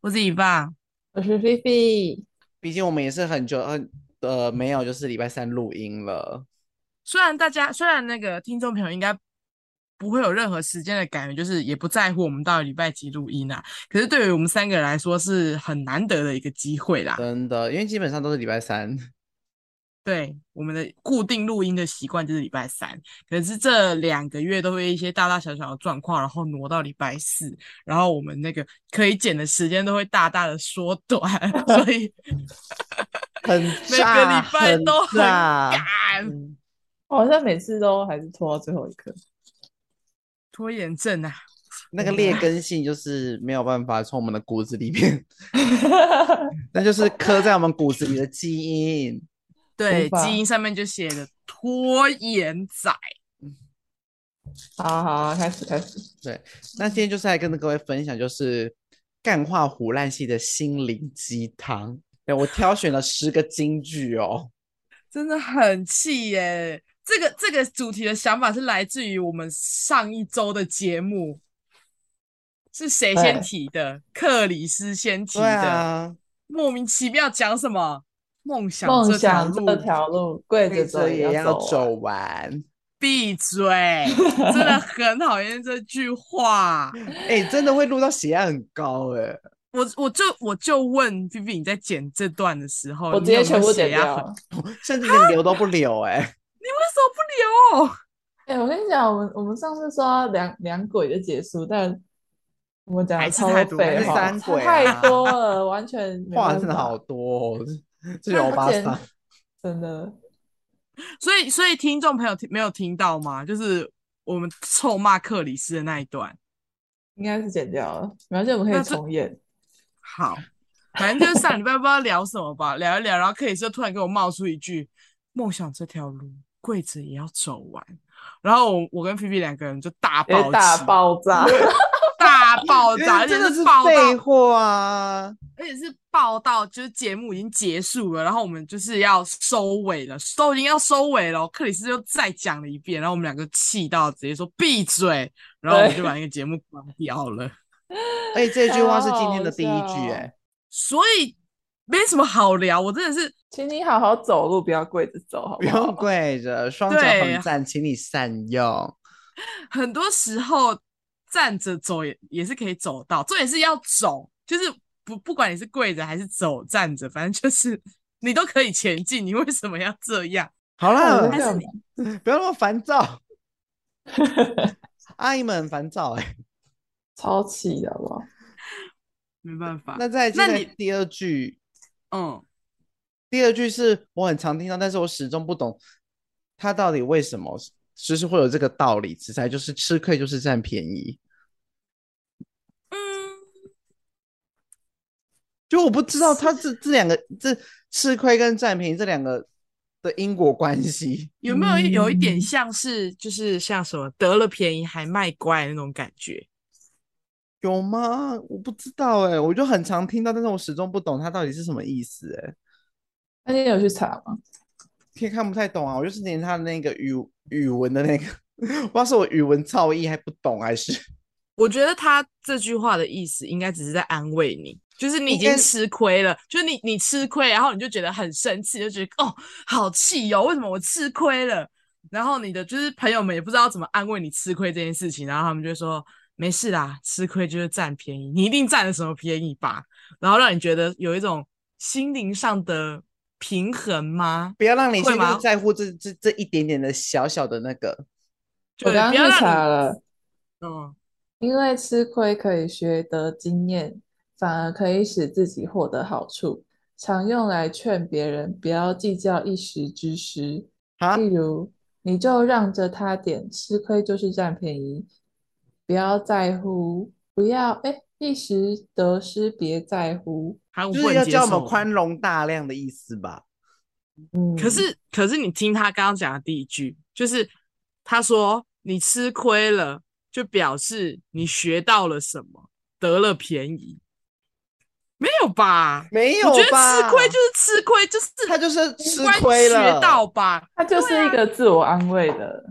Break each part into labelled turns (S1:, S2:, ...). S1: 我是以爸，
S2: 我是菲菲，
S3: 毕竟我们也是很久，呃呃，没有就是礼拜三录音了。
S1: 虽然大家虽然那个听众朋友应该不会有任何时间的感觉，就是也不在乎我们到底礼拜几录音啊，可是对于我们三个人来说是很难得的一个机会啦。
S3: 真的，因为基本上都是礼拜 三，
S1: 对，我们的固定录音的习惯就是礼拜三，可是这两个月都会一些大大小小的状况，然后挪到礼拜四，然后我们那个可以剪的时间都会大大的缩短， 所以
S3: 很
S1: 每
S3: 炸
S1: 个礼拜都很
S3: 炸。
S1: 赶
S2: 嗯，我好像每次都还是拖到最后一刻。
S1: 拖延症啊。
S3: 那个劣根性就是没有办法从我们的骨子里面， 那就是刻在我们骨子里的基因。
S1: 对，
S2: 法
S1: 基因上面就写的拖延仔。
S2: 好好，开始开始。
S3: 那今天就是来跟各位分享，就是干化胡烂系的心灵鸡汤。对我挑选了十个金句 哦。
S1: 真的很气耶！这个这个主题的想法是来自于我们上一周的节目，是谁先
S2: 对
S1: 提的？克里斯先提
S3: 对
S1: 的，
S3: 啊，
S1: 莫名其妙讲什么梦想
S2: 梦
S1: 这条
S2: 想
S1: 路，
S2: 这条路跪着走
S3: 这也要
S2: 走啊
S3: 走完。
S1: 闭嘴！真的很讨厌这句话。
S3: 哎、真的会录到血压很高哎、
S1: 我我就我就问 B B，你在剪这段的时候，
S2: 完，我
S1: 你
S2: 直接
S1: 有没有啊
S2: 全部
S1: 血
S2: 剪
S1: 压
S2: 掉啊
S1: 很。
S3: 甚至连留都不留哎、
S1: 你为什么不留？
S2: 哎、我跟你讲，我们我们上次说要两两轨就结束，但我们讲
S1: 还
S2: 的
S1: 是
S2: 超多
S1: 太多
S2: 废
S1: 还是
S2: 话
S3: 三轨
S2: 太
S3: 啊
S2: 多了，完全没
S3: 话
S2: 办
S3: 真的
S2: 法哦
S3: 好，多、哦，这有巴
S2: 而
S3: 桑
S2: 且真的。
S1: 所以，所以听众朋友听没有听到吗？就是我们臭骂克里斯的那一段。
S2: 应该是剪掉了，没关系，我们可
S1: 那
S2: 以
S1: 这
S2: 重演。
S1: 好，反正就是上礼拜不知道聊什么吧，聊一聊，然后克里斯就突然给我冒出一句：“梦想这条路，跪着也要走完。”然后我我跟皮皮两个人就大
S2: 因为
S1: 爆
S2: 大
S1: 气
S2: 爆炸，
S1: 大爆
S3: 因
S1: 炸，而
S3: 为
S1: 且
S3: 真的
S1: 是
S3: 是
S1: 爆
S3: 废
S1: 到，
S3: 话啊！
S1: 而且是爆到，就是节目已经结束了，然后我们就是要收尾了，都已经要收尾了，哦克里斯又再讲了一遍，然后我们两个气到直接说闭嘴，然后我们就把那个节目关掉了。
S3: 而且哎这句话是今天的第一
S2: 好好
S3: 句
S2: 笑
S3: 哎、
S1: 所以没什么好聊。我真的是
S2: 请你好好走路，不要跪着走，好
S3: 不
S2: 好？
S3: 用跪着，双脚
S1: 对
S3: 横站，请你善用。
S1: 很多时候站着走也也是可以走到，重点是要走，就是不不管你是跪着还是走站着，反正就是你都可以前进。你为什么要这样？
S3: 好啦
S2: 那我，在
S1: 还是
S2: 干
S1: 你
S2: 嘛？
S3: 不要那么烦躁，阿姨们很烦躁哎、
S2: 超气的，好不好？
S1: 没办法。
S3: 那再
S1: 那
S3: 进来
S1: 你
S3: 第二句，
S1: 嗯，
S3: 第二句是我很常听到，但是我始终不懂他到底为什么就是会有这个道理，实在就是吃亏就是占便宜。
S1: 嗯，
S3: 就我不知道他这这两个这吃亏跟占便宜这两个的因果关系。
S1: 有没有一有一点
S2: 嗯
S1: 像是就是像什么得了便宜还卖乖那种感觉？
S3: 有吗？我不知道哎、我就很常听到，但是我始终不懂它到底是什么意思哎、
S2: 那你有去查吗？
S3: 也看不太懂啊。我就是连它的那个语语文的那个， 不知道是我语文造诣还不懂，还是
S1: 我觉得他这句话的意思应该只是在安慰你，就是你已
S3: 应该
S1: 经吃亏了，就是你你吃亏，然后你就觉得很生气，就觉得哦好气哦，为什么我吃亏了？然后你的就是朋友们也不知道怎么安慰你吃亏这件事情，然后他们就说没事啦，吃亏就是占便宜，你一定占了什么便宜吧？然后让你觉得有一种心灵上的平衡吗？
S3: 不要让你
S1: 会
S3: 心
S1: 吗
S3: 里在乎这这这一点点的小小的那个。
S1: 就
S2: 我
S1: 不
S2: 刚
S1: 要
S2: 刚去
S1: 让
S2: 查
S1: 你
S2: 了，
S1: 嗯，
S2: 因为吃亏可以学得经验，反而可以使自己获得好处，常用来劝别人不要计较一时之失。
S3: 啊，
S1: 嗯
S2: 例如，你就让着他点，吃亏就是占便宜，不要在乎，不要，哎，一时得失别在乎。
S1: 韩
S3: 就
S1: 文不
S3: 是
S1: 能
S3: 要
S1: 接
S3: 叫我们
S1: 受
S3: 宽容大量的意思吧？
S2: 嗯，
S1: 可是，可是你听他刚刚讲的第一句，就是他说你吃亏了，就表示你学到了什么，得了便宜，没有吧？
S3: 没有
S1: 我
S3: 吧？
S1: 觉得吃亏就是吃亏，就是
S3: 他就是吃
S1: 无关
S3: 亏了
S1: 学到吧？
S2: 它
S1: 啊
S2: 就是一个自我安慰的。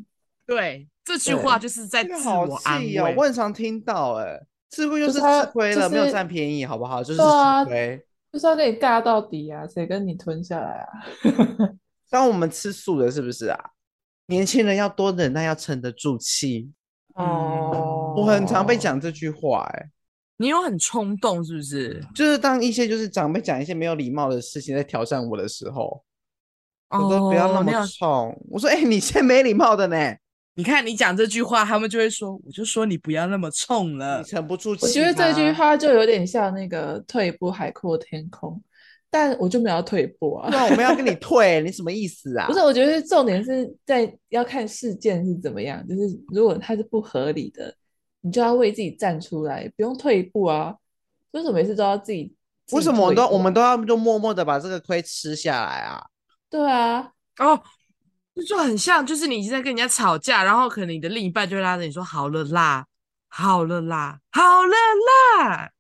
S1: 对，这句
S3: 对
S1: 话就是在
S3: 这个
S1: 自
S3: 好
S1: 我安
S3: 气
S1: 慰。
S3: 哦，我很常听到哎、吃亏就
S2: 就
S3: 是
S2: 是他
S3: 吃亏了，
S2: 就
S3: 没有
S2: 是
S3: 占便宜，好不好？就是
S2: 对啊
S3: 吃亏。
S2: 就是要跟你尬到底啊，谁跟你吞下来啊？
S3: 当我们吃素的，是不是啊？年轻人要多忍耐，要沉得住气。
S2: 啊
S1: 哦
S3: 嗯我很常被，讲这句话、哎，
S1: 你有很冲动是不是？
S3: 就是当一些就是长辈讲一些没有礼貌的事情在挑战我的时候，我都不要那
S1: 哦你
S3: 么
S1: 好
S3: 冲。我说，哎、你现在没礼貌的呢，
S1: 你看你讲这句话，他们就会说，我就说你不要那么冲了
S3: 你。沉不住气。
S2: 我觉得这句，话就有点像那个退一步海阔天空，但我就没有要退一步啊
S3: 不。然我们要跟你退，你什么意思啊？
S2: 不是，我觉得重点是在要看事件是怎么样，就是如果它是不合理的，你就要为自己站出来，不用退一步啊。为什么每次都要自己？自
S3: 为
S2: 己
S3: 什么我
S2: 退一
S3: 都我
S2: 步啊
S3: 们都要就默默的把这个亏吃下来啊？
S2: 对啊？
S1: 哦，这就很像，就是你现在跟人家吵架，然后可能你的另一半就会拉着你说：“好了啦，好了啦，好了啦。”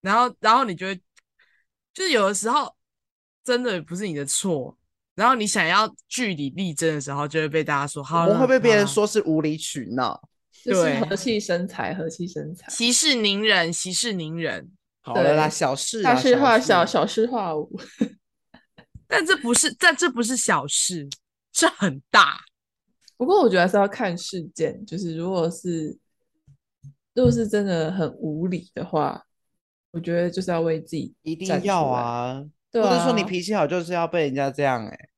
S1: 然后，然后你就会，就是有的时候真的不是你的错，然后你想要据理力争的时候，就会被大家说：“好
S3: 我
S1: 了，
S3: 们会被
S1: 好
S3: 别人
S1: 啦
S3: 说是无理取闹。
S2: 就是
S1: 对
S2: 和气生财，和气生财，
S1: 息事宁人，息事宁人。
S3: 好了啦，
S2: 对
S3: 小事
S2: 大
S3: 啦
S2: 事化
S3: 啊小
S2: 小，小事化无。”
S1: 但这不是，但这不是小事，这很大。
S2: 不过我觉得还是要看事件，就是如果是如果是真的很无理的话，我觉得就是要为自己
S3: 一定
S2: 站出
S3: 要
S2: 来，
S3: 啊。
S2: 对
S3: 或者说你
S2: 啊
S3: 脾气好就是要被人家这样哎、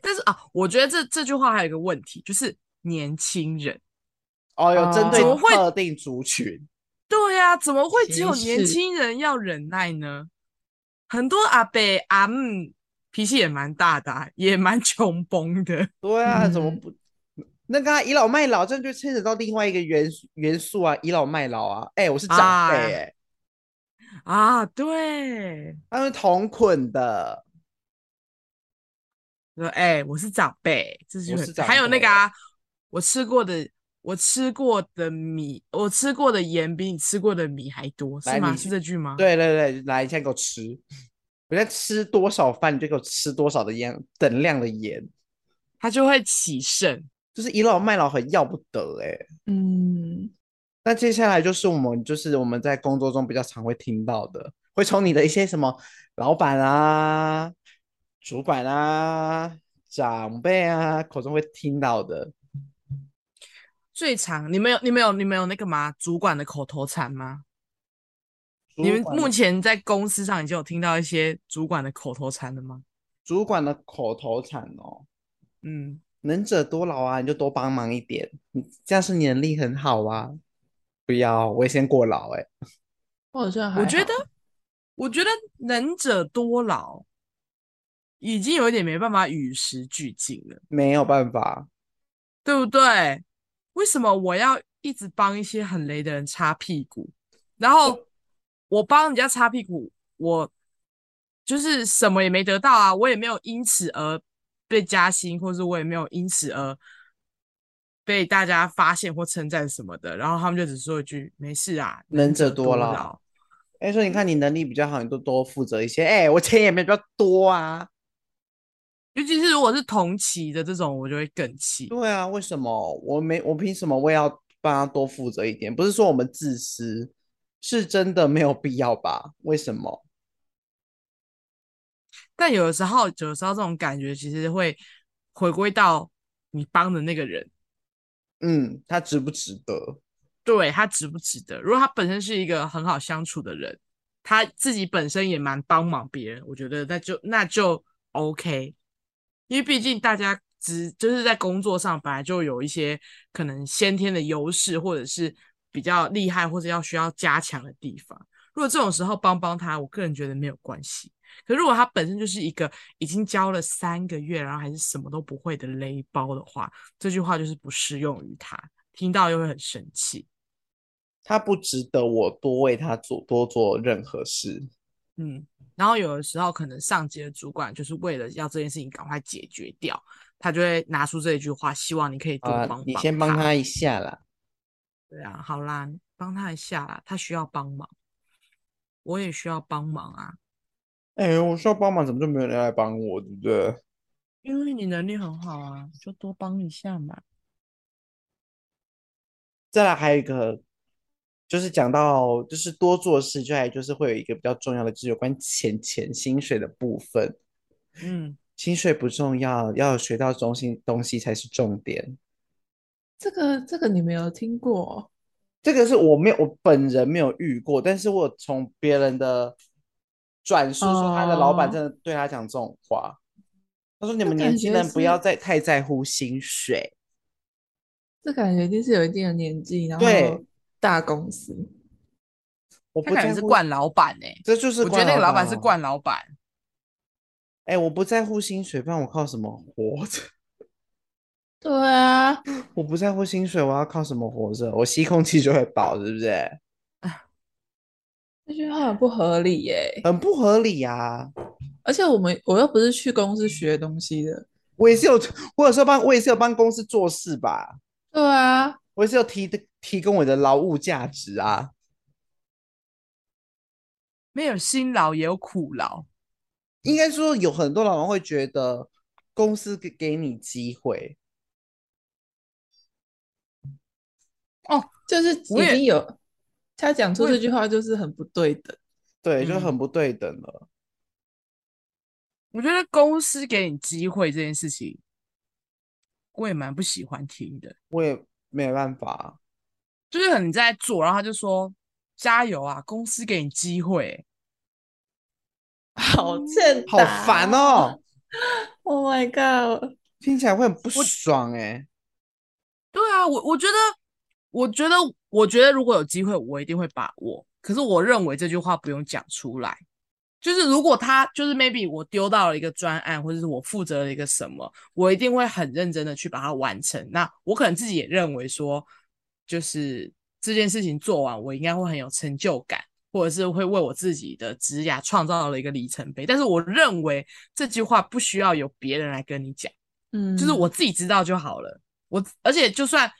S1: 但是啊，我觉得这这句话还有一个问题，就是年轻人。
S3: 哦，有针
S2: 啊
S3: 对
S2: 怎么
S1: 会
S3: 特定族群，
S1: 对呀、怎么会只有
S2: 歧
S1: 年
S2: 视
S1: 轻人要忍耐呢？很多阿伯阿姆脾气也蛮大的啊、也蛮 穷崩的。
S3: 对啊，怎么
S2: 嗯
S3: 不？那个、啊、倚老卖老，这就牵扯到另外一个元素元素啊，倚老卖老啊。哎、我是长辈
S1: 啊
S3: 哎、
S1: 啊，对，
S3: 他们同捆的，
S1: 说哎、我是长辈，这是
S3: 我
S1: 很
S3: 是长
S1: 还有那
S3: 辈
S1: 个啊，我吃过的我吃过的米，我吃过的盐比你吃过的米还多，
S3: 来
S1: 是吗？
S3: 你
S1: 是这句吗？
S3: 对对对，来，你现在给我吃，我在吃多少饭，你就给我吃多少的盐，等量的盐，
S1: 他就会起胜。
S3: 就是倚老卖老很要不得哎、
S2: 嗯，
S3: 那接下来就是我们就是我们在工作中比较常会听到的，会从你的一些什么老板啊、主管啊、长辈啊口中会听到的。
S1: 最长，你们有你们有你们有那个吗？主管的口头禅吗？你
S3: 主
S1: 们
S3: 管
S1: 目
S3: 的
S1: 前在公司上已经有听到一些主管的口头禅了吗？
S3: 主管的口头禅哦，
S1: 嗯，
S3: 能者多劳啊，你就多帮忙一点，你这样是你能力很好啊。不要，我也先过劳哎、
S2: 我好像还
S1: 我觉
S2: 好
S1: 得，我觉得能者多劳，已经有一点没办法与时俱进了，
S3: 没有办法，
S1: 对不对？为什么我要一直帮一些很雷的人擦屁股？然后我帮人家擦屁股，我就是什么也没得到啊，我也没有因此而被加薪，或是我也没有因此而被大家发现或称赞什么的。然后他们就只说一句：“没事啊，
S3: 能者
S1: 多
S3: 多劳。。哎、说你看你能力比较好，你就多负责一些。哎、我钱也没比较多啊。”
S1: 尤其是如果是同期的这种，我就会更气。
S3: 对啊，为什么我没我凭什么我也要帮他多负责一点？不是说我们自私，是真的没有必要吧？为什么？
S1: 但有的时候，有的时候这种感觉其实会回归到你帮的那个人，
S3: 嗯，他值不值得？
S1: 对他值不值得。如果他本身是一个很好相处的人，他自己本身也蛮帮忙别人，我觉得那就那就 OK。因为毕竟大家只就是在工作上本来就有一些可能先天的优势，或者是比较厉害，或者要需要加强的地方。如果这种时候帮帮他，我个人觉得没有关系。可如果他本身就是一个已经教了三个月，然后还是什么都不会的勒包的话，这句话就是不适用于他，听到又会很生气。
S3: 他不值得我多为他做多做任何事。
S1: 嗯，然后有的时候可能上级的主管就是为了要这件事情赶快解决掉，他就会拿出这一句话，希望你可以多
S3: 啊、
S1: 帮帮、
S3: 你先帮
S1: 他。
S3: 他一下啦。
S1: 对啊，好啦，帮他一下啦，他需要帮忙，我也需要帮忙啊，
S3: 哎、我需要帮忙，怎么就没有人来帮我，对不对？
S1: 因为你能力很好啊，就多帮一下嘛。
S3: 再来还有一个，就是讲到就是多做事，就还就是会有一个比较重要的，就是有关钱钱薪水的部分。
S1: 嗯，
S3: 薪水不重要，要有学到中心东西才是重点。
S2: 这个这个你没有听过
S3: 这个是我没有，我本人没有遇过，但是我从别人的转述说，他的老板
S2: 哦
S3: 真的对他讲这种话。他说：“你
S2: 那
S3: 们
S2: 感
S3: 年轻
S2: 觉
S3: 人不要
S2: 是
S3: 再太在乎薪水。
S2: 哦，这感觉一定是有一定的年纪，然
S3: 对
S2: 后大公司，”
S3: 我
S1: 他
S3: 不
S1: 感
S3: 在
S1: 觉是
S3: 乎，
S1: 惯老板哎、
S3: 这就是
S1: 我觉得那个老板是
S3: 啊。
S1: 惯老板，
S3: 哎、我不在乎薪水，不然我靠什么活着？
S2: 对啊，
S3: 我不在乎薪水，我要靠什么活着？我吸空气就会饱，是不是？
S2: 这句话很不合理耶。
S3: 很不合理啊！
S2: 而且我们我又不是去公司学东西的，
S3: 我也是有，我有时候帮，我也是有帮公司做事吧，
S2: 对啊，
S3: 我也是有提的提供我的劳务价值啊。
S1: 没有辛劳也有苦劳。
S3: 应该说有很多老板会觉得公司给给你机会，
S2: 就是
S1: 我
S2: 已
S1: 也
S2: 经有他讲出
S1: 我也
S2: 这句话就是很不对等，
S3: 对，就
S1: 嗯
S3: 很不对等了。
S1: 我觉得公司给你机会这件事情，我也蛮不喜欢听的。
S3: 我也没办法，
S1: 就是可能你在做，然后他就说加油啊，公司给你机会欸、
S2: 好欠
S3: 好烦
S2: 打
S3: 哦，
S2: ！Oh my god！
S3: 听起来会很不爽哎、
S1: 对啊，我我觉得，我觉得，我觉得，如果有机会，我一定会把握。可是我认为这句话不用讲出来。就是如果他就是 maybe 我丢到了一个专案，或者是我负责了一个什么，我一定会很认真的去把它完成。那我可能自己也认为说，就是这件事情做完，我应该会很有成就感，或者是会为我自己的职涯创造了一个里程碑。但是我认为这句话不需要有别人来跟你讲。
S2: 嗯，
S1: 就是我自己知道就好了。我而且就算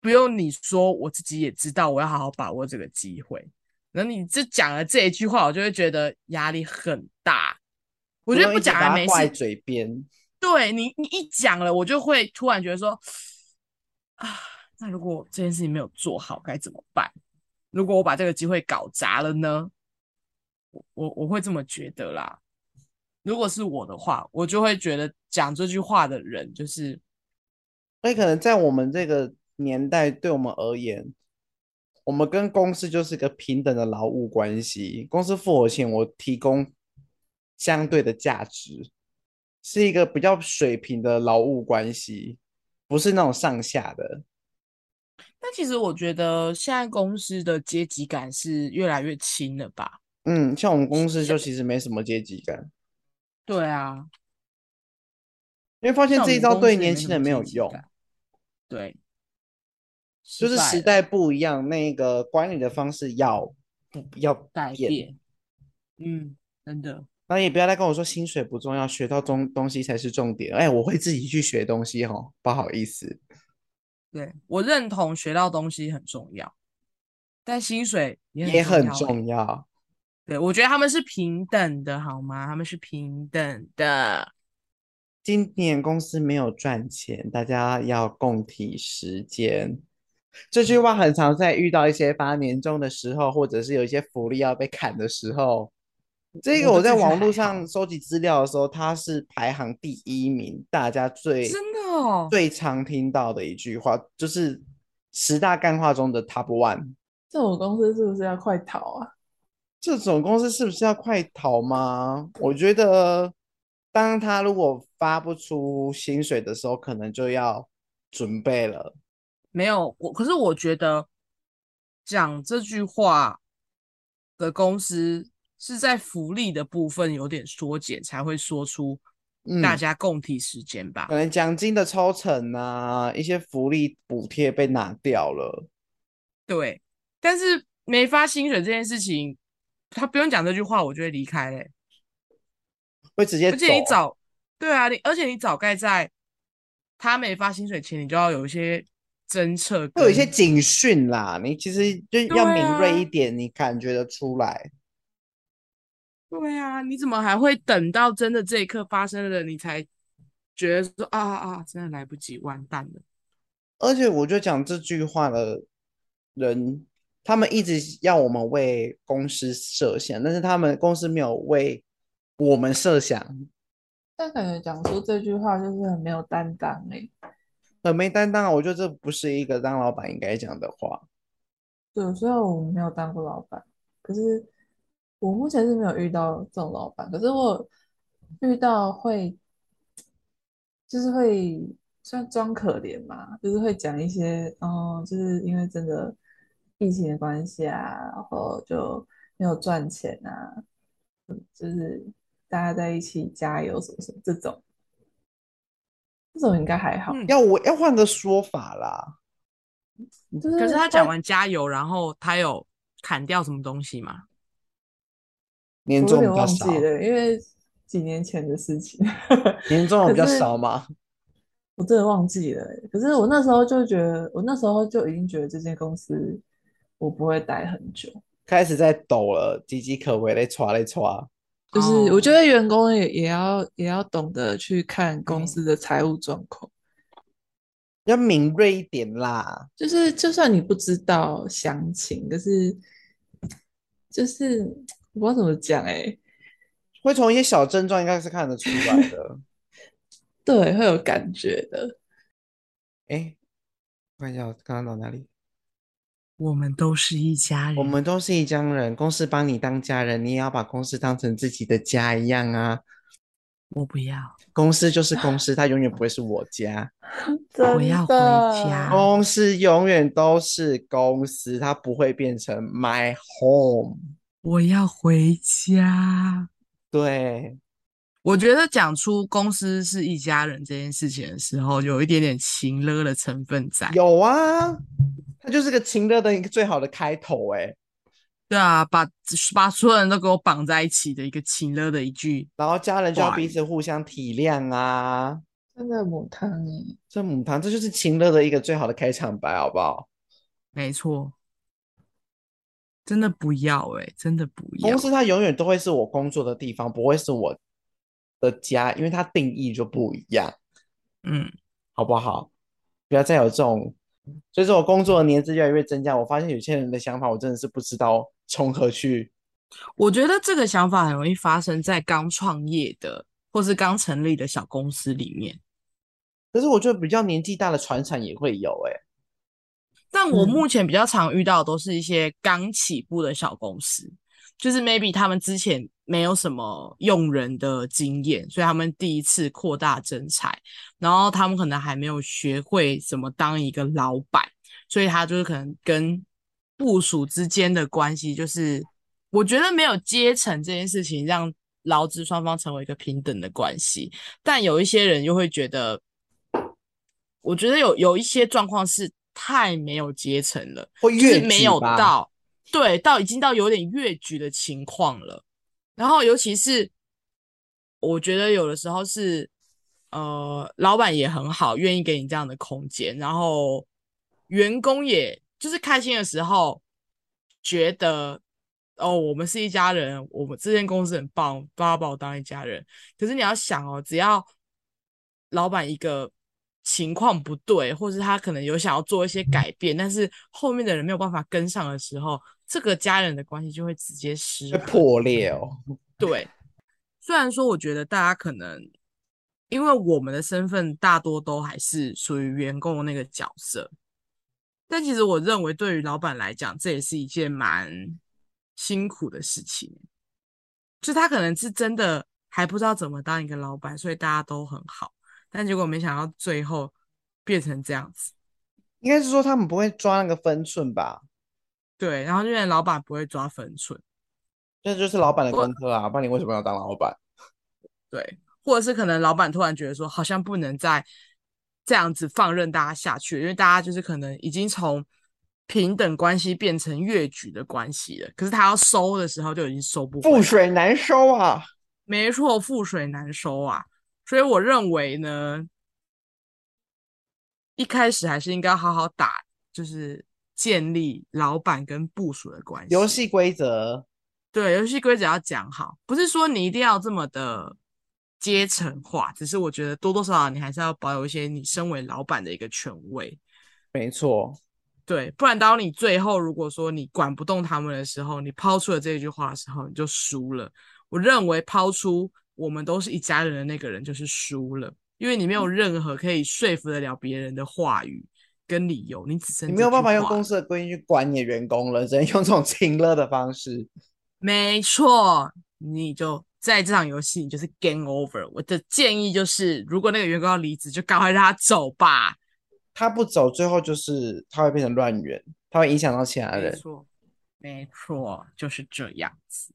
S1: 不用你说，我自己也知道，我要好好把握这个机会。然后你这讲了这一句话，我就会觉得压力很大。我觉得
S3: 用
S1: 不
S3: 一直
S1: 讲
S3: 把
S1: 还
S3: 它
S1: 没
S3: 挂在
S1: 事，
S3: 嘴边，
S1: 对你你一讲了，我就会突然觉得说啊，那如果这件事情没有做好该怎么办？如果我把这个机会搞砸了呢？我我我会这么觉得啦。如果是我的话，我就会觉得讲这句话的人就是
S3: 所以可能在我们这个年代，对我们而言，我们跟公司就是个平等的劳务关系。公司付我钱，我提供相对的价值，是一个比较水平的劳务关系，不是那种上下的。
S1: 但其实我觉得现在公司的阶级感是越来越轻了吧？
S3: 嗯，像我们公司就其实没什么阶级感，
S1: 对啊，
S3: 因为发现
S1: 像我
S3: 这一
S1: 们
S3: 招
S1: 公
S3: 对
S1: 司也
S3: 年
S1: 没
S3: 轻
S1: 什
S3: 人
S1: 么
S3: 没
S1: 阶
S3: 有
S1: 级
S3: 用，
S1: 感。对，
S3: 就是
S1: 失败
S3: 时
S1: 了
S3: 代不一样，那个管理的方式要不要
S1: 改
S3: 变？
S1: 变。嗯，真的，
S3: 那也不要再跟我说薪水不重要，学到东东西才是重点。哎，我会自己去学东西哦，不好意思。
S1: 对我认同学到东西很重要，但薪水也
S3: 也很
S1: 很重要欸
S3: 重要。
S1: 对，我觉得他们是平等的，好吗？他们是平等的。
S3: 今年公司没有赚钱，大家要共体时间。这句话很常在遇到一些发年终的时候，或者是有一些福利要被砍的时候。这个
S1: 我
S3: 我在
S1: 对这句
S3: 网
S1: 还
S3: 络
S1: 好
S3: 上收集资料的时候，它是排行第一名，大家最
S1: 真的哦，
S3: 最常听到的一句话，就是十大干话中的 top one。
S2: 这种公司是不是要快逃啊？
S3: 这种公司是不是要快逃吗？我觉得，当他如果发不出薪水的时候，可能就要准备了。
S1: 没有我，可是我觉得讲这句话的公司是在福利的部分有点缩减，才会说出
S3: 嗯，
S1: 大家共体时间吧。
S3: 可能奖金的抽成啊，一些福利补贴被拿掉了。
S1: 对，但是没发薪水这件事情，他不用讲这句话，我就会离开嘞、
S3: 会直接
S1: 而
S3: 走。
S1: 且你早，对啊，你而且你早该在他没发薪水前，你就要有一些侦测跟，
S3: 会有一些警讯啦，你其实就要
S1: 对
S3: 敏锐
S1: 啊
S3: 一点，你感觉得出来。
S1: 对啊，你怎么还会等到真的这一刻发生了，你才觉得说啊啊，啊，真的来不及，完蛋了。
S3: 而且我就讲这句话的人，他们一直要我们为公司设想，但是他们公司没有为我们设想，
S2: 但感觉讲出这句话就是很没有担当哎、
S3: 很没担当啊。我觉得这不是一个当老板应该讲的话。
S2: 对，虽然我没有当过老板，可是我目前是没有遇到这种老板。可是我遇到会，就是会算装可怜嘛，就是会讲一些，哦，就是因为真的疫情的关系啊，然后就没有赚钱啊，嗯就是大家在一起加油什么什么这种，这种应该还好。
S1: 嗯
S3: 要我要换个说法啦，
S2: 就
S1: 嗯可
S2: 是
S1: 是他讲完加油，然后他有砍掉什么东西吗？
S3: 年
S2: 我有
S3: 终
S2: 点
S3: 比较
S2: 忘
S3: 少，
S2: 记了，因为几年前的事情。
S3: 年终有比较
S2: 可是
S3: 少嘛。
S2: 我真的忘记了欸，可是我那时候就觉得，我那时候就已经觉得这间公司我不会待很久，
S3: 开始在抖了，岌岌可危嘞，歘嘞歘。
S2: 就是
S1: 哦
S2: 我觉得员工也也要也要懂得去看
S3: 嗯
S2: 公司的财务状况，
S3: 要敏锐一点啦，
S2: 就是就算你不知道详情，可是就是我不知道怎么讲哎，
S3: 会从一些小症状应该是看得出来的。
S2: 对，会有感觉的。
S3: 哎，我看一下我刚刚到哪里？
S1: 我们都是一家人，
S3: 我们都是一家人，公司把你当家人，你也要把公司当成自己的家一样啊。
S1: 我不要，
S3: 公司就是公司，它永远不会是我家。
S1: 我
S2: 真
S1: 要回
S2: 的
S1: 家
S3: 公司永远都是公司，它不会变成 my home。
S1: 我要回家。
S3: 对，
S1: 我觉得讲出公司是一家人这件事情的时候，有一点点情勒的成分在。
S3: 有啊，它就是个情乐的一个最好的开头、欸。哎，
S1: 对啊，把把所有人都给我绑在一起的一个情勒的一句，
S3: 然后家人就要
S1: 哇
S3: 彼此互相体谅啊。
S2: 真的母汤哎，
S3: 这母汤，这就是情乐的一个最好的开场白，好不好？
S1: 没错，真的不要哎、真的不要
S3: 公。司它永远都会是我工作的地方，不会是我的家，因为它定义就不一样，
S1: 嗯，
S3: 好不好？不要再有这种，随着我工作的年资越来越增加，我发现有些人的想法，我真的是不知道从何去。
S1: 我觉得这个想法很容易发生在刚创业的或是刚成立的小公司里面。
S3: 可是我觉得比较年纪大的船产也会有、欸，
S1: 但我
S2: 嗯
S1: 目前比较常遇到的都是一些刚起步的小公司，就是 maybe 他们之前没有什么用人的经验，所以他们第一次扩大征才，然后他们可能还没有学会怎么当一个老板，所以他就是可能跟部属之间的关系，就是我觉得没有阶层这件事情让劳资双方成为一个平等的关系，但有一些人又会觉得，我觉得有有一些状况是太没有阶层了，
S3: 会
S1: 就
S3: 越
S1: 是没
S3: 举
S1: 有
S3: 吧
S1: 到对到已经到有点越局的情况了。然后尤其是我觉得有的时候是呃，老板也很好，愿意给你这样的空间，然后员工也就是开心的时候觉得。哦，我们是一家人，我们这间公司很棒，大家把我当一家人。可是你要想哦，只要老板一个情况不对，或是他可能有想要做一些改变，但是后面的人没有办法跟上的时候，这个家人的关系就会直接失
S3: 会
S1: 衡
S3: 破裂哦。
S1: 对， 虽然说我觉得大家可能因为我们的身份大多都还是属于员工的那个角色，但其实我认为对于老板来讲，这也是一件蛮辛苦的事情。就他可能是真的还不知道怎么当一个老板，所以大家都很好，但结果没想到最后变成这样子。
S3: 应该是说他们不会抓那个分寸吧？
S1: 对，然后就变成老板不会抓分寸，
S3: 这就是老板的
S1: 我
S3: 功课啊，不然你为什么要当老板？
S1: 对，或者是可能老板突然觉得说，好像不能再这样子放任大家下去了，因为大家就是可能已经从平等关系变成越矩的关系了。可是他要收的时候就已经收不回来
S3: 覆水难收啊！
S1: 没错，覆水难收啊。所以我认为呢，一开始还是应该好好打，就是建立老板跟部署的关系。
S3: 游戏规则，
S1: 对游戏规则要讲好，不是说你一定要这么的阶层化，只是我觉得多多少少你还是要保有一些你身为老板的一个权威。
S3: 没错，
S1: 对，不然当你最后如果说你管不动他们的时候，你抛出了这一句话的时候，你就输了。我认为抛出我们都是一家人的那个人就是输了，因为你没有任何可以说服得了别人的话语跟理由，你只剩
S3: 你没有办法用公
S1: 公司。
S3: 司的规定去管你的员工了，只能用这种情乐的方式。
S1: 没错，你就在这场游戏，你就是 game over。我的建议就是，如果那个员工要离职，就赶快让他走吧。
S3: 他不走，最后就是他会变成乱源，他会影响到其他
S1: 没
S3: 人。
S1: 错，没错，就是这样子。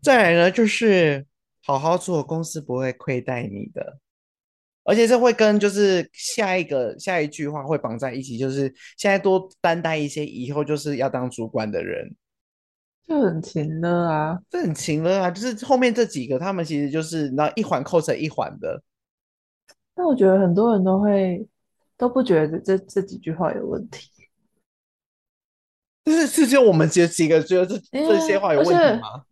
S3: 再来呢，就是好好做，公司不会亏待你的。而且这会跟就是下一个下一句话会绑在一起，就是现在多担待一些，以后就是要当主管的人，
S2: 就很勤的啊。
S3: 这很勤了啊！就是后面这几个，他们其实就是那一环扣成一环的，
S2: 但我觉得很多人都会都不觉得这这几句话有问题，
S3: 就是是只有我们这几个觉得这
S2: 因
S3: 这些
S2: 为
S3: 话有
S2: 而
S3: 问题
S2: 且
S3: 吗？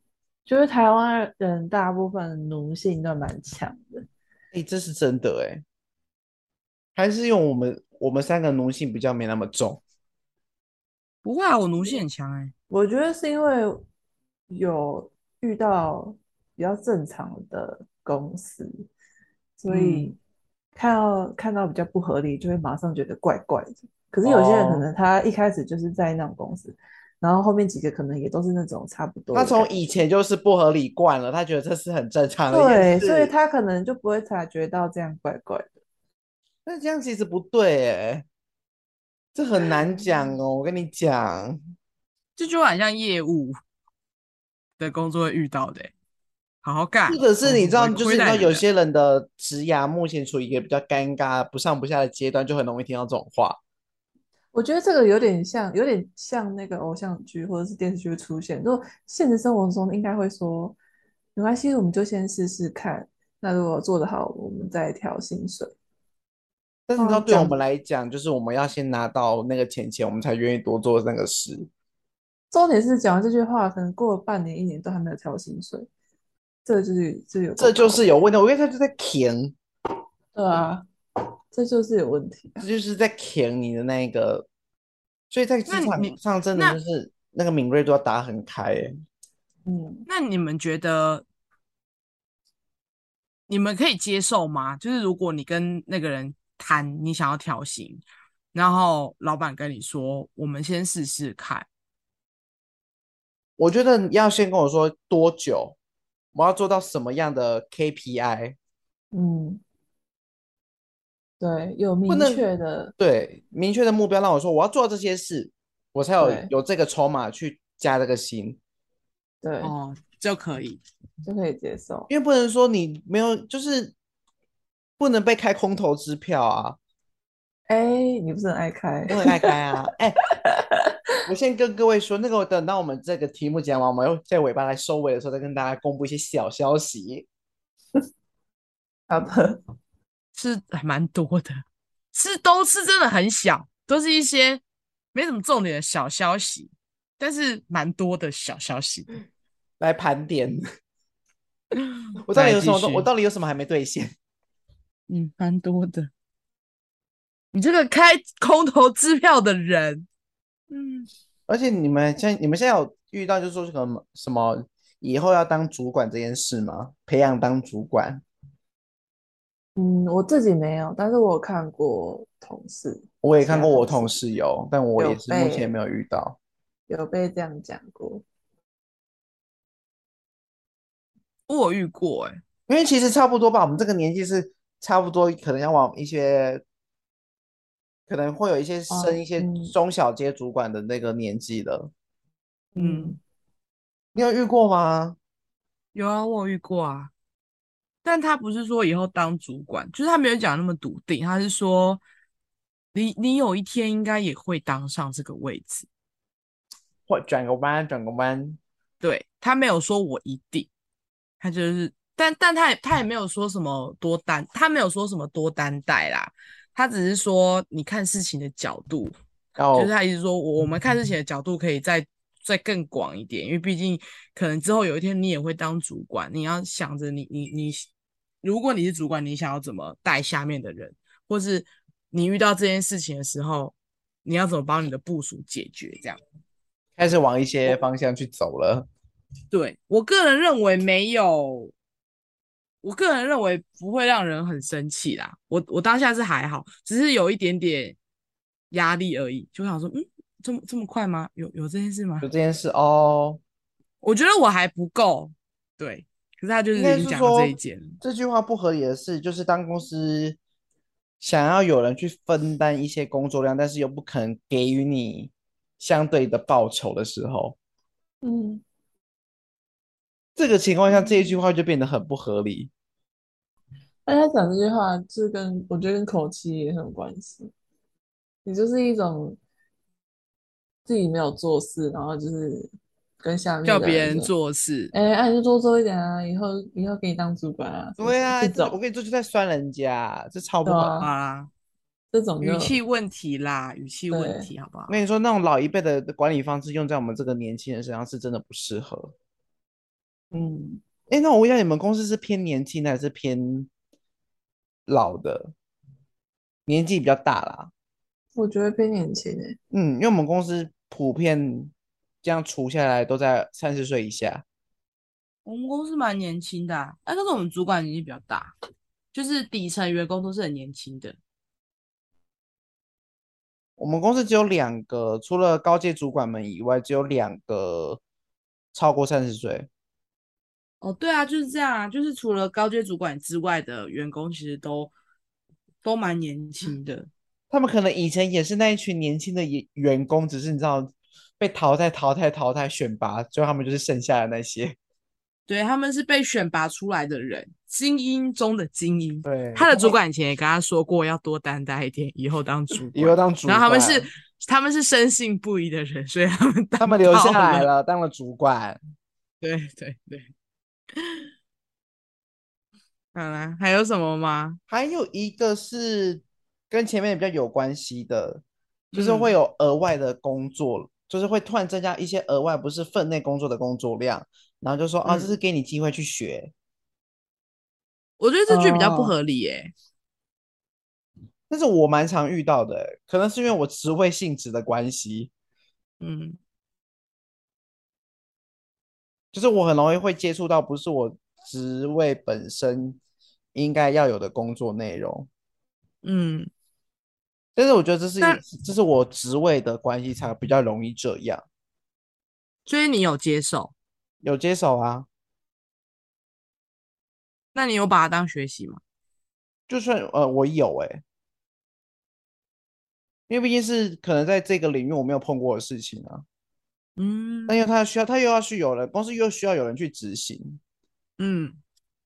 S2: 觉得台湾人大部分奴性都蛮强的，
S3: 哎、这是真的哎、还是用我们我们三个奴性比较没那么重。
S1: 不会啊，我奴性很强哎、
S2: 我觉得是因为有遇到比较正常的公司，所
S3: 嗯
S2: 以看到看到比较不合理，就会马上觉得怪怪的。可是有些人可
S3: 哦
S2: 能他一开始就是在那种公司，然后后面几个可能也都是那种差不多
S3: 他
S2: 的
S3: 从
S2: 感觉
S3: 以前就是不合理惯了，他觉得这是很正常的一
S2: 对，
S3: 件
S2: 所以
S3: 事
S2: 他可能就不会察觉到这样怪怪的。
S3: 那这样其实不对哎，这很
S1: 嗯
S3: 难讲哦。我跟你讲，
S1: 啊这就很像业务的工作会遇到的欸、好好干，
S3: 或者是你知道，
S1: 公司
S3: 就
S1: 不
S3: 是你知
S1: 会亏待
S3: 道，
S1: 你
S3: 有
S1: 的
S3: 些人的职涯目前处于一个比较尴尬、不上不下的阶段，就很容易听到这种话。
S2: 我觉得这个有点像，有点像那个偶像剧或者是电视剧会出现。如果现实生活中应该会说，没关系，我们就先试试看。那如果做得好，我们再调薪水。
S3: 但是你知道，
S2: 哦
S3: 对我
S2: 讲
S3: 们来讲，就是我们要先拿到那个钱钱，我们才愿意多做那个事。
S2: 重点是讲完这句话，可能过了半年、一年都还没有调薪水，这就是这有
S3: 这
S2: 够
S3: 就是
S2: 高
S3: 有问题。我跟你说，就在舔，
S2: 对啊，这就是有问题啊。
S3: 这就是在舔你的那个。所以在职
S1: 那
S3: 场
S1: 你
S3: 上，真
S1: 那
S3: 的就是那个敏锐度要打很开哎。
S2: 嗯，
S1: 那你们觉得，你们可以接受吗？就是如果你跟那个人谈你想要调薪，然后老板跟你说，我们先试试看，
S3: 我觉得你要先跟我说多久，我要做到什么样的 KPI，
S2: 嗯，对，有
S3: 不
S2: 明
S3: 能
S2: 确的，
S3: 对，明确的目标让我说我要做到这些事，我才有
S2: 对
S3: 有这个筹码去加这个薪，
S2: 对，
S1: 哦，就可以。
S2: 就可以接受。
S3: 因为不能说你没有，就是不能被开空头支票啊，
S2: 哎，你不是很爱开？
S3: 我很爱开啊，哎，我先跟各位说，那个等到我们这个题目讲完，我们又在尾巴来收尾的时候，再跟大家公布一些小消息。
S2: 好的。
S1: 是还蛮多的，是都是真的很小，都是一些没什么重点的小消息，但是蛮多的小消息。
S3: 来盘点， 我到底有什么
S1: 来
S3: 东，
S1: 继续
S3: 我到底有什么还没兑现？
S1: 嗯，蛮多的。你这个开空头支票的人，嗯，
S3: 而且你们现在你们现在有遇到就是说什么什么以后要当主管这件事吗？培养当主管，
S2: 嗯，我自己没有，但是我有看过同事
S3: 我也看过我
S2: 是啊
S3: 同事有，但我
S2: 有
S3: 也是目前
S2: 被
S3: 没有遇到。
S2: 有被这样讲过。
S1: 我有遇过哎、
S3: 因为其实差不多吧，我们这个年纪是差不多，可能要往一些可能会有一些
S2: 哦
S3: 升一些
S2: 嗯
S3: 中小阶主管的那个年纪了。
S1: 嗯，
S3: 你有遇过吗？
S1: 有啊，我有遇过啊。但他不是说以后当主管，就是他没有讲那么笃定，他是说你你有一天应该也会当上这个位置。
S3: 或转个弯，转个弯，
S1: 对，他没有说我一定，他就是，但但他也他也没有说什么多担，他没有说什么多担待啦，他只是说你看事情的角度，
S3: 要
S1: 就是他一直说我我们看事情的角度可以再再更广一点，因为毕竟可能之后有一天你也会当主管，你要想着你你你，如果你是主管，你想要怎么带下面的人，或是你遇到这件事情的时候，你要怎么帮你的部署解决这样。
S3: 开始往一些方向去走了。
S1: 对，我个人认为没有，我个人认为不会让人很生气啦。我我当下是还好，只是有一点点压力而已，就想说，嗯，这么这么快吗？有有这件事吗
S3: 就？这件事哦，
S1: 我觉得我还不够，对。可是他就是
S3: 应
S1: 已
S3: 该
S1: 经
S3: 是
S1: 讲了
S3: 说
S1: 这一件了，
S3: 这句话不合理的是，就是当公司想要有人去分担一些工作量，但是又不肯给予你相对的报酬的时候，
S2: 嗯，
S3: 这个情况下这一句话就变得很不合理。
S2: 而且他讲这句话，就是跟我觉得跟口气也很有关系。你就是一种自己没有做事，然后就是跟下面
S1: 叫
S2: 的
S1: 别
S2: 人
S1: 人
S2: 说，
S1: 做事，
S2: 哎，那你就多做一点啊，以后以后给你当主管啊，什么
S3: 对
S2: 的
S3: 啊，
S2: 这
S3: 这我
S2: 种
S3: 跟你说就在酸人家，这超不
S2: 对
S3: 合
S2: 啊
S3: 理。
S1: 好啦，
S2: 这种
S1: 语
S2: 就
S1: 气问题啦，语气问
S2: 对
S1: 题，好不好
S3: 我？跟你说，那种老一辈的管理方式用在我们这个年轻人身上是真的不适合。
S2: 嗯，
S3: 哎，那我问一下，你们公司是偏年轻的还是偏老的？年纪比较大啦。
S2: 我觉得偏年轻欸诶，
S3: 嗯，因为我们公司普遍这样除下来都在三十岁以下。
S1: 我们公司蛮年轻的啊，哎，但是我们主管年纪比较大，就是底层员工都是很年轻的。
S3: 我们公司只有两个，除了高阶主管们以外，只有两个超过三十岁。
S1: 哦，对啊，就是这样啊，就是除了高阶主管之外的员工，其实都都蛮年轻的。
S3: 他们可能以前也是那一群年轻的员员工，只是你知道被淘汰、淘汰、淘汰选拔，最后他们就是剩下的那些。
S1: 对，他们是被选拔出来的人，精英中的精英。
S3: 对，
S1: 他的
S3: 们
S1: 主管以前也跟他说过，要多担待一点，以后当主
S3: 以后
S1: 管。
S3: 当主
S1: 然
S3: 管，
S1: 后他们是他们是深信不疑的人，所以他哦们
S3: 他
S1: 当
S3: 们留下
S1: 到
S3: 来
S1: 了。
S3: 了，当了主管。
S1: 对对对。好啦，还有什么吗？
S3: 还有一个是跟前面比较有关系的，就是
S1: 嗯
S3: 会有额外的工作，就是会突然增加一些额外不是分内工作的工作量，然后就说
S1: 嗯
S3: 啊，这是给你机会去学。
S1: 我觉得这句比较
S3: 呃
S1: 不
S2: 哦
S1: 合理耶、
S3: 但是我蛮常遇到的欸，可能是因为我职位性质的关系，
S1: 嗯，
S3: 就是我很容易会接触到不是我职位本身应该要有的工作内容。
S1: 嗯，
S3: 但是我觉得这是
S1: 那
S3: 一这是我职位的关系才比较容易这样，
S1: 所以你有接受，
S3: 有接手啊。
S1: 那你有把它当学习吗？
S3: 就算呃，我有哎、因为毕竟是可能在这个领域我没有碰过的事情啊。
S1: 嗯
S3: 但因为他需要，他又要去有人，公司又需要有人去执行。
S1: 嗯，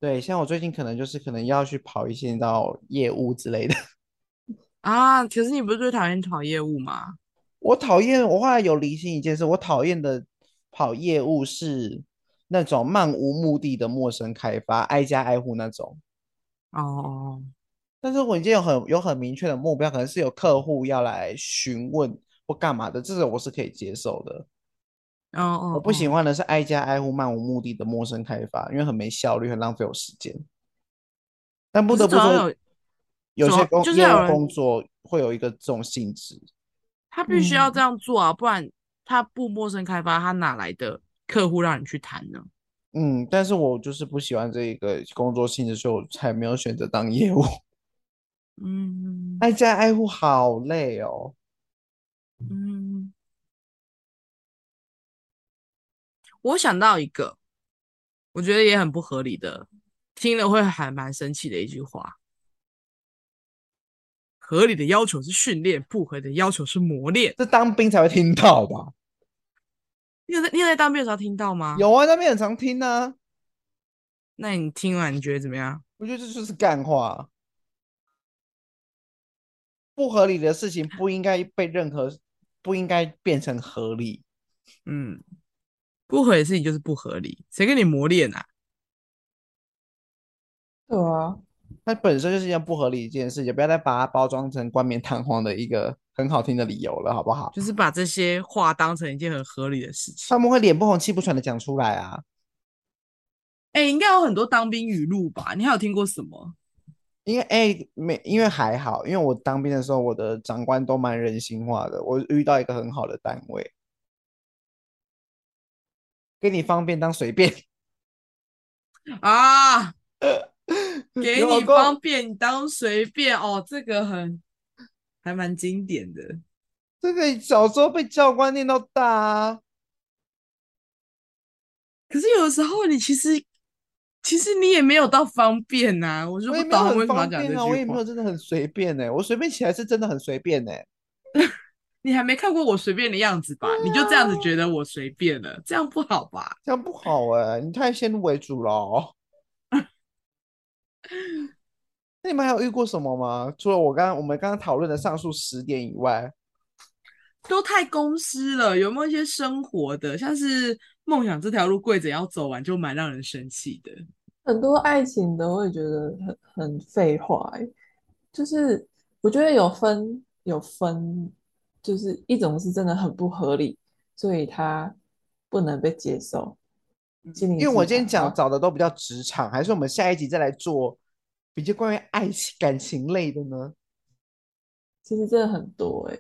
S3: 对，像我最近可能就是可能要去跑一些到业务之类的。
S1: 啊，可是你不是最讨厌跑业务吗？
S3: 我讨厌，我后来有理清一件事，我讨厌的跑业务是那种漫无目的的陌生开发，挨家挨户那种。
S1: 哦，
S3: 但是我已经有很有很明确的目标，可能是有客户要来询问或干嘛的，这种我是可以接受的。
S1: 哦哦，
S3: 我不喜
S1: 哦，
S3: 欢的是挨家挨户、漫无目的的陌生开发，因为很没效率，很浪费我时间。但不
S1: 可
S3: 得
S1: 是
S3: 不
S1: 总要
S3: 说
S1: 有，
S3: 有
S1: 总
S3: 些
S1: 要
S3: 工
S1: 就是
S3: 业
S1: 要有
S3: 务
S1: 人
S3: 工作会有一个这种性质，
S1: 他必须要
S2: 嗯
S1: 这样做啊，不然他不陌生开发，他哪来的客户让你去谈呢？
S3: 嗯，但是我就是不喜欢这一个工作性质，所以我才没有选择当业务。
S1: 嗯
S3: 挨家挨户好累哦，
S1: 嗯，我想到一个，我觉得也很不合理的，听了会还蛮生气的一句话。合理的要求是训练，不合理的要求是磨练。
S3: 这当兵才会听到吧？
S1: 你有在你有在当兵的时候听到吗？。
S3: 有啊，那边很常听啊，
S1: 那你听完你觉得怎么样？
S3: 我觉得这就是干话。不合理的事情不应该被任何，不应该变成合理。
S1: 嗯，不合理的事情就是不合理，谁跟你磨练啊？
S2: 对啊，
S3: 它本身就是一件不合理的一件事情，不要再把它包装成冠冕堂皇的一个很好听的理由了，好不好？
S1: 就是把这些话当成一件很合理的事情
S3: 他。们会脸不红气不喘的讲出来啊。
S1: 哎、应该有很多当兵语录吧？你还有听过什么？
S3: 因为哎、没，因为还好，因为我当兵的时候，我的长官都蛮人性化的。我遇到一个很好的单位，给你方便当随便，
S1: 啊，
S3: 嗯
S1: 给
S3: 有
S1: 你
S3: 够
S1: 方便，你当随便哦，这个很还蛮经典的。
S3: 这个小时候被教官念到大啊。
S1: 可是有的时候你其实其实你也没有到方便呐、我就
S3: 我
S1: 不
S3: 也
S1: 懂
S3: 没有
S1: 他们
S3: 很
S1: 为什么要
S3: 方
S1: 讲
S3: 便
S1: 这
S3: 啊，我也
S1: 句
S3: 没
S1: 话
S3: 有。真的很随便呢、欸我随便起来是真的很随便欸呢、
S1: 你还没看过我随便的样子吧？
S3: 啊
S1: 你就这样子觉得我随便了，这样不好吧？
S3: 这样不好哎、你太先入为主了哦。那你们还有遇过什么吗？除了我刚刚我们刚刚讨论的上述十点以外，
S1: 都太公司了，有没有一些生活的，像是梦想这条路跪着要走完，就蛮让人生气的。
S2: 很多爱情的我也觉得很很废话欸，就是我觉得有分有分，就是一种是真的很不合理，所以它不能被接受。心理
S3: 嗯因为我
S2: 智
S3: 今天
S2: 商
S3: 讲
S2: 啊
S3: 找的都比较职场，还是我们下一集再来做比较关于爱情感情类的呢？
S2: 其实真的很多哎、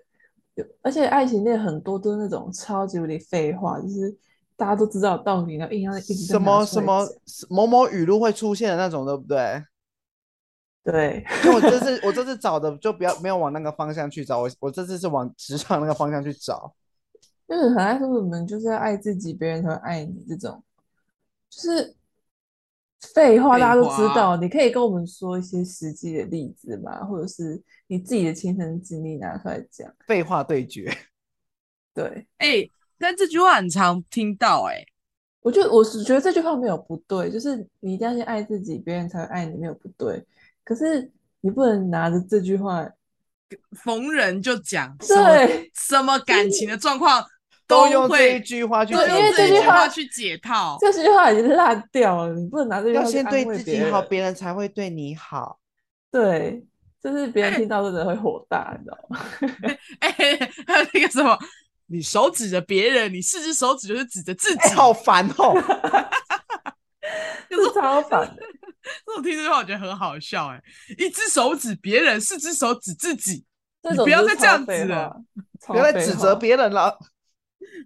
S2: 有而且爱情恋很多都是那种超级无敌废话，就是大家都知道的道理，然后硬要一直
S3: 什
S2: 在拿
S3: 么
S2: 出
S3: 什
S2: 来
S3: 么
S2: 讲
S3: 某某语录会出现的那种，对不对？
S2: 对，
S3: 因为我这次我这次找的就不要没有往那个方向去找，我我这次是往职场那个方向去找。
S2: 就是很爱说什么你就是要爱自己，别人才会爱你这种，就是废话，
S1: 废
S2: 大家都知
S1: 话
S2: 道。你可以跟我们说一些实际的例子吗？或者是你自己的亲身经历拿出来讲？
S3: 废话对决，
S2: 对，
S1: 哎、但这句话很常听到、哎，
S2: 我就我是觉得这句话没有不对，就是你一定要先爱自己，别人才会爱你，没有不对。可是你不能拿着这句话，
S1: 逢人就讲什么
S2: 对
S1: 什么感情的状况
S3: 都用这一
S1: 会
S3: 句话去
S1: 都
S2: 对因
S1: 用
S2: 为
S1: 这
S2: 这
S1: 一
S2: 句
S1: 句
S2: 话
S1: 话去解套。
S2: 这句话已经烂掉了，你不能拿这句
S3: 要
S2: 话去
S3: 先
S2: 安
S3: 对
S2: 慰
S3: 自
S2: 别
S3: 己好，
S2: 人。
S3: 别人才会对你好。
S2: 对，就是别人听到真的会火大，你 知道吗？
S1: 哎、 还有那个什么，你手指着别人，你四只手指就是指着自己
S3: 哎，。好烦哦！
S2: 就是超烦的。
S1: 这种听这句话我觉得很好笑、哎，一只手指别人，四只手指自己，
S2: 这
S1: 你
S2: 种
S1: 不要
S2: 就是
S1: 再这
S2: 超
S1: 样
S2: 废
S1: 子了
S2: 话，
S3: 不
S2: 超
S3: 要再
S2: 废
S3: 指
S2: 话
S3: 责别人了。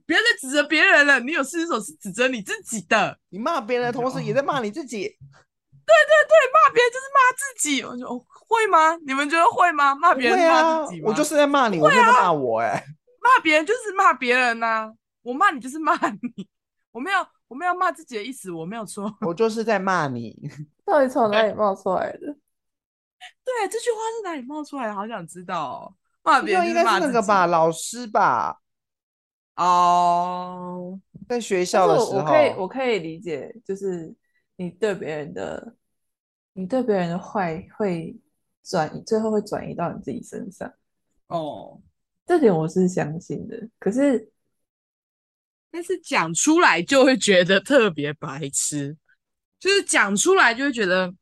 S1: 不要再指着别人了，你有四只手是指着你自己的。
S3: 你骂别人的同时，也在骂你自己。
S1: 骂别人就是骂自己，我就哦会吗？你们觉得会吗？骂别人
S3: 对
S1: 是
S3: 啊
S1: 骂自己，吗？
S3: 我就是在骂你，我没有在骂我。哎，
S1: 骂别人就是骂别人呐、我骂你就是骂你，我没有我没有骂自己的意思，我没有错。
S3: 我就是在骂你。
S2: 到底从哪里冒出来的？
S1: 对，这句话是哪里冒出来的？好想知道哦。骂别
S3: 那
S1: 人
S3: 应
S1: 就
S3: 该
S1: 骂
S3: 是
S1: 自
S3: 那
S1: 己
S3: 个吧，老师吧，
S1: 哦，
S3: 在学校
S2: 但是
S3: 的
S2: 我
S3: 时
S2: 我可以
S3: 候，
S2: 我可以理解，就是你对别人的，你对别人的坏会转移，最后会转移到你自己身上，
S1: 哦，
S2: 这点我是相信的。可是
S1: 但是讲出来就会觉得特别白痴，就是讲出来就会觉得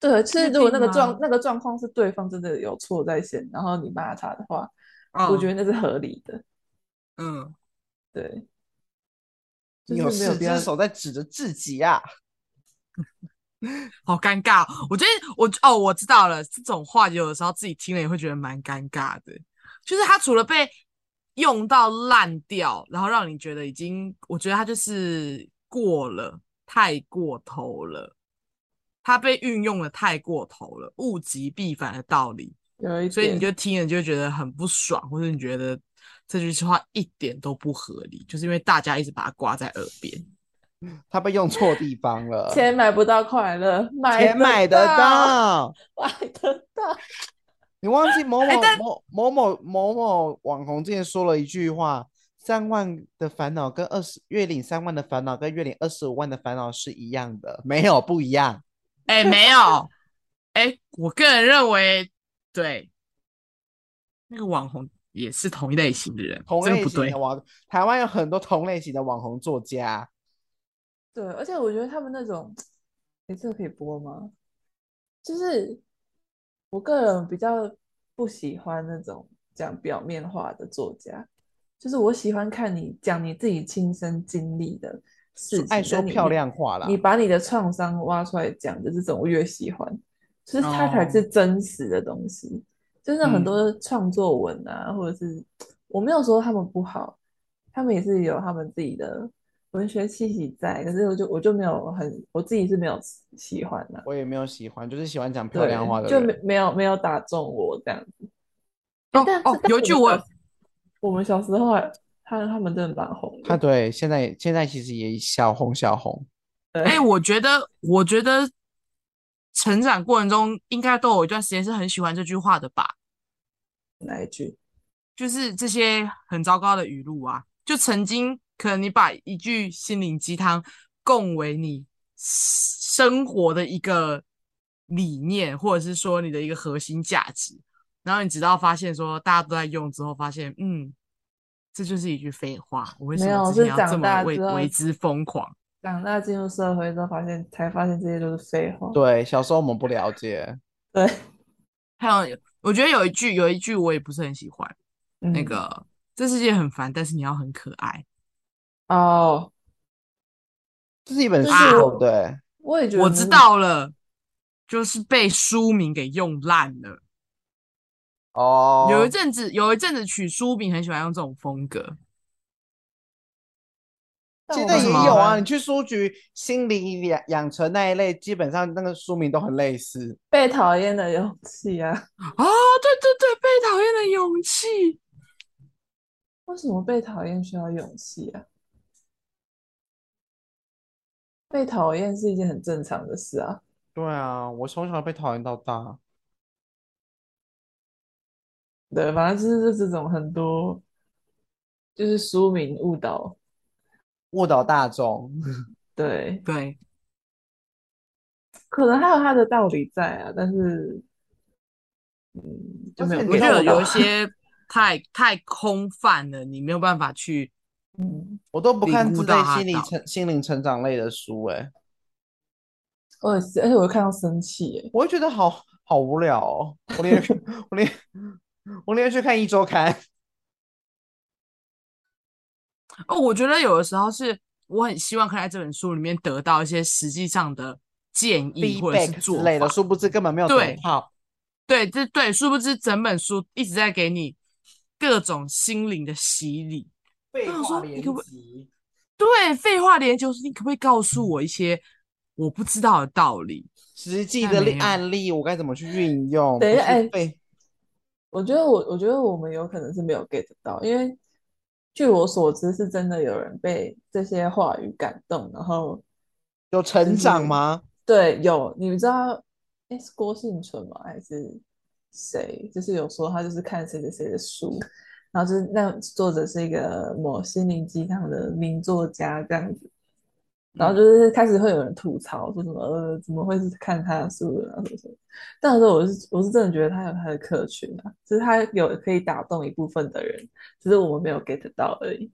S2: 对，其实如果那个
S1: 病
S2: 状
S1: 吗
S2: 那个状况是对方真的有错在先，然后你骂他的话，
S1: 嗯
S2: 我觉得那是合理的。
S1: 嗯，
S2: 对，就
S3: 你有
S2: 是没有
S3: 四
S2: 必要
S3: 只手在指着自己啊。
S1: 好尴尬。我觉得我哦，我知道了，这种话有的时候自己听了也会觉得蛮尴尬的。就是他除了被用到烂掉，然后让你觉得已经，我觉得他就是过了，太过头了。他被运用的太过头了，物极必反的道理，
S2: 有一
S1: 所以你
S2: 点
S1: 就听了就觉得很不爽，或者你觉得这句话一点都不合理，就是因为大家一直把它挂在耳边。
S3: 他被用错地方了，
S2: 钱买不到快乐，买
S3: 钱买得
S2: 得到，
S3: 到。
S2: 买得到。
S3: 你忘记某
S1: 哎
S3: 某
S1: 但
S3: 某某某某某网红之前说了一句话：三万的烦恼跟二十月领三万的烦恼跟月领二十五万的烦恼是一样的，没有不一样。
S1: 哎、没有，哎、我个人认为，对那个网红也是同一类型的人，
S3: 同
S1: 真
S3: 类
S1: 的不
S3: 型
S1: 对哦
S3: 的。网，台湾有很多同类型的网红作家，
S2: 对，而且我觉得他们那种，你这个可以播吗？就是我个人比较不喜欢那种讲表面话的作家，就是我喜欢看你讲你自己亲身经历的事
S3: 爱
S2: 情，
S3: 说
S2: 但你
S3: 漂亮话啦
S2: 你，。你把你的创伤挖出来讲的这种，我越喜欢，就是它
S3: 哦
S2: 才是真实的东西。就是很多
S3: 嗯
S2: 创作文啊，或者是我没有说他们不好，他们也是有他们自己的文学气息在，可是我就我就没有很我自己是没有喜欢的、
S3: 我也没有喜欢，就是喜欢讲漂
S2: 对，
S3: 亮话的
S2: 就
S3: 人
S2: 没没有没有打中我这样子。
S1: 哦
S2: 哎但是
S1: 哦，
S2: 但
S1: 有一
S2: 我
S1: 句
S2: 们
S1: 我
S2: 小我们小时候还他他们真的蛮红
S3: 他
S2: 的，
S3: 对现在现在其实也小红小红，
S1: 哎、我觉得，我觉得成长过程中应该都有一段时间是很喜欢这句话的吧？
S2: 哪一句？
S1: 就是这些很糟糕的语录啊，就曾经可能你把一句心灵鸡汤供为你生活的一个理念，或者是说你的一个核心价值，然后你直到发现说大家都在用之后，发现嗯，这就是一句废话，我为什
S2: 没
S1: 么
S2: 有
S1: 之前
S2: 是
S1: 要
S2: 长
S1: 这么
S2: 大
S1: 为
S2: 之后
S1: 为之疯狂？
S2: 长大进入社会之后，发现才发现这些都是废话。
S3: 对，小时候我们不了解，
S2: 对，
S1: 还有，我觉得有一句有一句我也不是很喜欢。那
S2: 嗯
S1: 个这世界很烦，但是你要很可爱。
S2: 哦，
S3: 这是一本
S2: 就
S3: 书
S2: 是，
S3: 对，啊
S2: 我也觉得
S1: 我
S2: 不
S1: 知
S2: 是
S1: 道了，就是被书名给用烂了。
S3: 哦，
S1: 有一阵子，有一阵子取书名很喜欢用这种风格。
S2: 但
S3: 现
S2: 我
S3: 在
S2: 蛮
S3: 也
S2: 喜
S3: 有啊，
S2: 欢
S3: 你去书局心理养养成那一类，基本上那个书名都很类似。
S2: 被讨厌的勇气啊！
S1: 哦，对对对，被讨厌的勇气。
S2: 为什么被讨厌需要勇气啊？被讨厌是一件很正常的事啊。
S3: 对啊，我从小被讨厌到大。
S2: 对，反正就是这种很多，就是书名误导。
S3: 误导大众，
S2: 对，
S1: 对，
S2: 可能还有它的道理在啊，但是，嗯，就没有
S3: 而且
S1: 我
S3: 你
S1: 觉
S2: 被
S3: 看
S1: 得
S2: 误
S3: 我
S1: 有
S2: 导
S1: 一。些太太空泛了，你没有办法去。
S2: 嗯，
S3: 我都不看
S1: 领悟
S3: 这
S1: 到
S3: 类
S1: 他的
S3: 心理
S1: 道
S3: 成心灵成长类的书、欸，哎，
S2: 我也是，而且我看到生气耶。
S3: 我会觉得好好无聊哦。我 连我连我连去看《一周刊》，
S1: 哦，我觉得有的时候是我很希望可以在这本书里面得到一些实际上的建议或者是
S3: feedback
S1: 做
S3: 之类的，
S1: 法
S3: 殊不知根本没有
S1: 对
S3: 整套。
S1: 对，这对，殊不知整本书一直在给你各种心灵的洗礼。
S3: 废
S1: 我想
S3: 话
S1: 说你
S3: 连
S1: 可不
S3: 集，
S1: 对，废话连就是你可不可以告诉我一些我不知道的道理？
S3: 实际
S1: 但
S3: 的
S1: 没
S3: 例
S1: 有
S3: 案例，我该怎么去运用？
S2: 等一
S3: 不
S2: 下
S3: 是
S2: 哎
S3: 废
S2: 我觉得我，我觉得我们有可能是没有 get 到，因为据我所知，是真的有人被这些话语感动，然后
S3: 有成长
S1: 嗯
S2: 是
S3: 吗？
S2: 对，有你知道，哎，是郭幸存吗？还是谁？就是有说他就是看谁谁谁的书，然后就是那作者是一个某心灵鸡汤的名作家这样子，
S1: 嗯
S2: 然后就是开始会有人吐槽说什么呃怎么会是看他的书的啊什么什么，但是我是我是真的觉得他有他的客群啊，就是他有可以打动一部分的人，只是我们没有 get 到而已。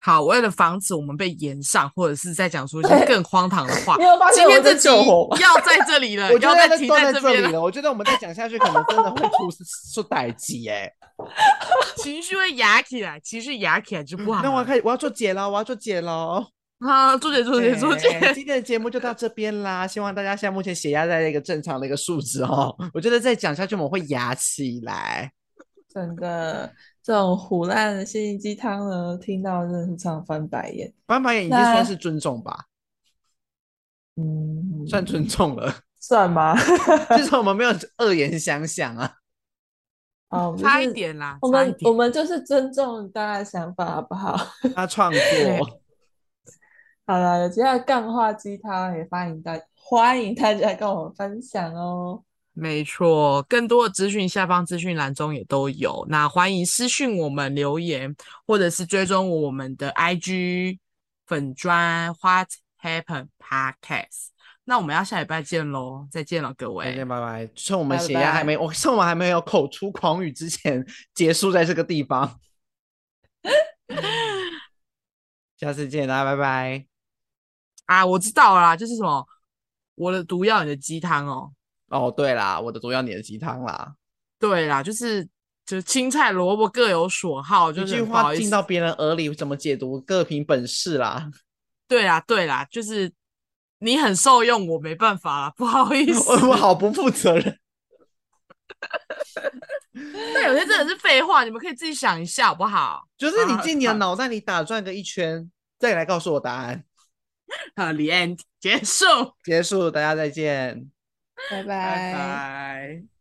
S1: 好，为了防止我们被延上，或者是再讲出一些
S2: 对
S1: 更荒唐的 话
S2: 你，有发现
S1: 今天
S2: 我
S1: 这
S2: 在
S1: 集
S2: 救火吗？
S1: 要在这里 了，
S3: 我觉得
S1: 嗯要再
S3: 在
S1: 停
S3: 断在
S1: 这
S3: 这
S1: 边
S3: 里了。我觉得我们再讲下去，可能真的会 出出歹机哎。
S1: 情绪会压起来，情绪压起来就不
S3: 嗯
S1: 好啊
S3: 那我要
S1: 了。
S3: 开始，我要做解了，我要做解 了。
S1: 啊，朱姐，朱姐，朱姐，
S3: 哎 今天的节目就到这边啦，希望大家现在目前血压在一个正常的一个数值哦。我觉得再讲下去我们会压起来。
S2: 真的，这种胡烂的心灵鸡汤呢，听到真的是常常翻白眼。
S3: 翻白眼已经
S2: 那
S3: 算是尊重吧，
S2: 嗯，
S3: 算尊重了，
S2: 算吗？
S3: 至少我们没有恶言相向啊。
S2: 啊，我们就
S1: 差一
S2: 是，
S1: 点啦，
S2: 我
S1: 差一
S2: 们我
S1: 点。
S2: 们就是尊重大家的想法，好不好？
S3: 他创作，
S2: 好了，有其他的干话鸡汤也欢迎大欢迎大家跟我们分享哦。
S1: 没错，更多的资讯下方资讯栏中也都有。那欢迎私讯我们留言，或者是追踪我们的 IG 粉砖 What Happen Podcast。那我们要下礼拜见喽，再见了各
S3: 再
S1: 位
S3: 见，，拜拜。趁我们
S2: 拜
S3: 血压还
S2: 拜
S3: 没，我趁我们还没有口出狂语之前，结束在这个地 方。下次见，大家拜拜。
S1: 啊，我知道啦，就是什么我的毒药，你的鸡汤哦。
S3: 哦，对啦，我的毒药，你的鸡汤啦。
S1: 对啦，就是就是青菜萝卜各有所好，就
S3: 一
S1: 是
S3: 句
S1: 很不好
S3: 话
S1: 意
S3: 进
S1: 思。
S3: 到别人耳里，怎么解读各凭本事 啦。
S1: 对啦，对啦，就是你很受用，我没办法啦，不好意思。
S3: 我们好不负责任。
S1: 但有些真的是废话，你们可以自己想一下，好不好？
S3: 就是你
S1: 啊
S3: 进你的
S1: 好
S3: 脑袋里打转个一圈，再来告诉我答案。
S1: 好，the end，结束，
S3: 结束，大家再见。
S2: 拜
S1: 拜
S2: 拜。
S1: 拜。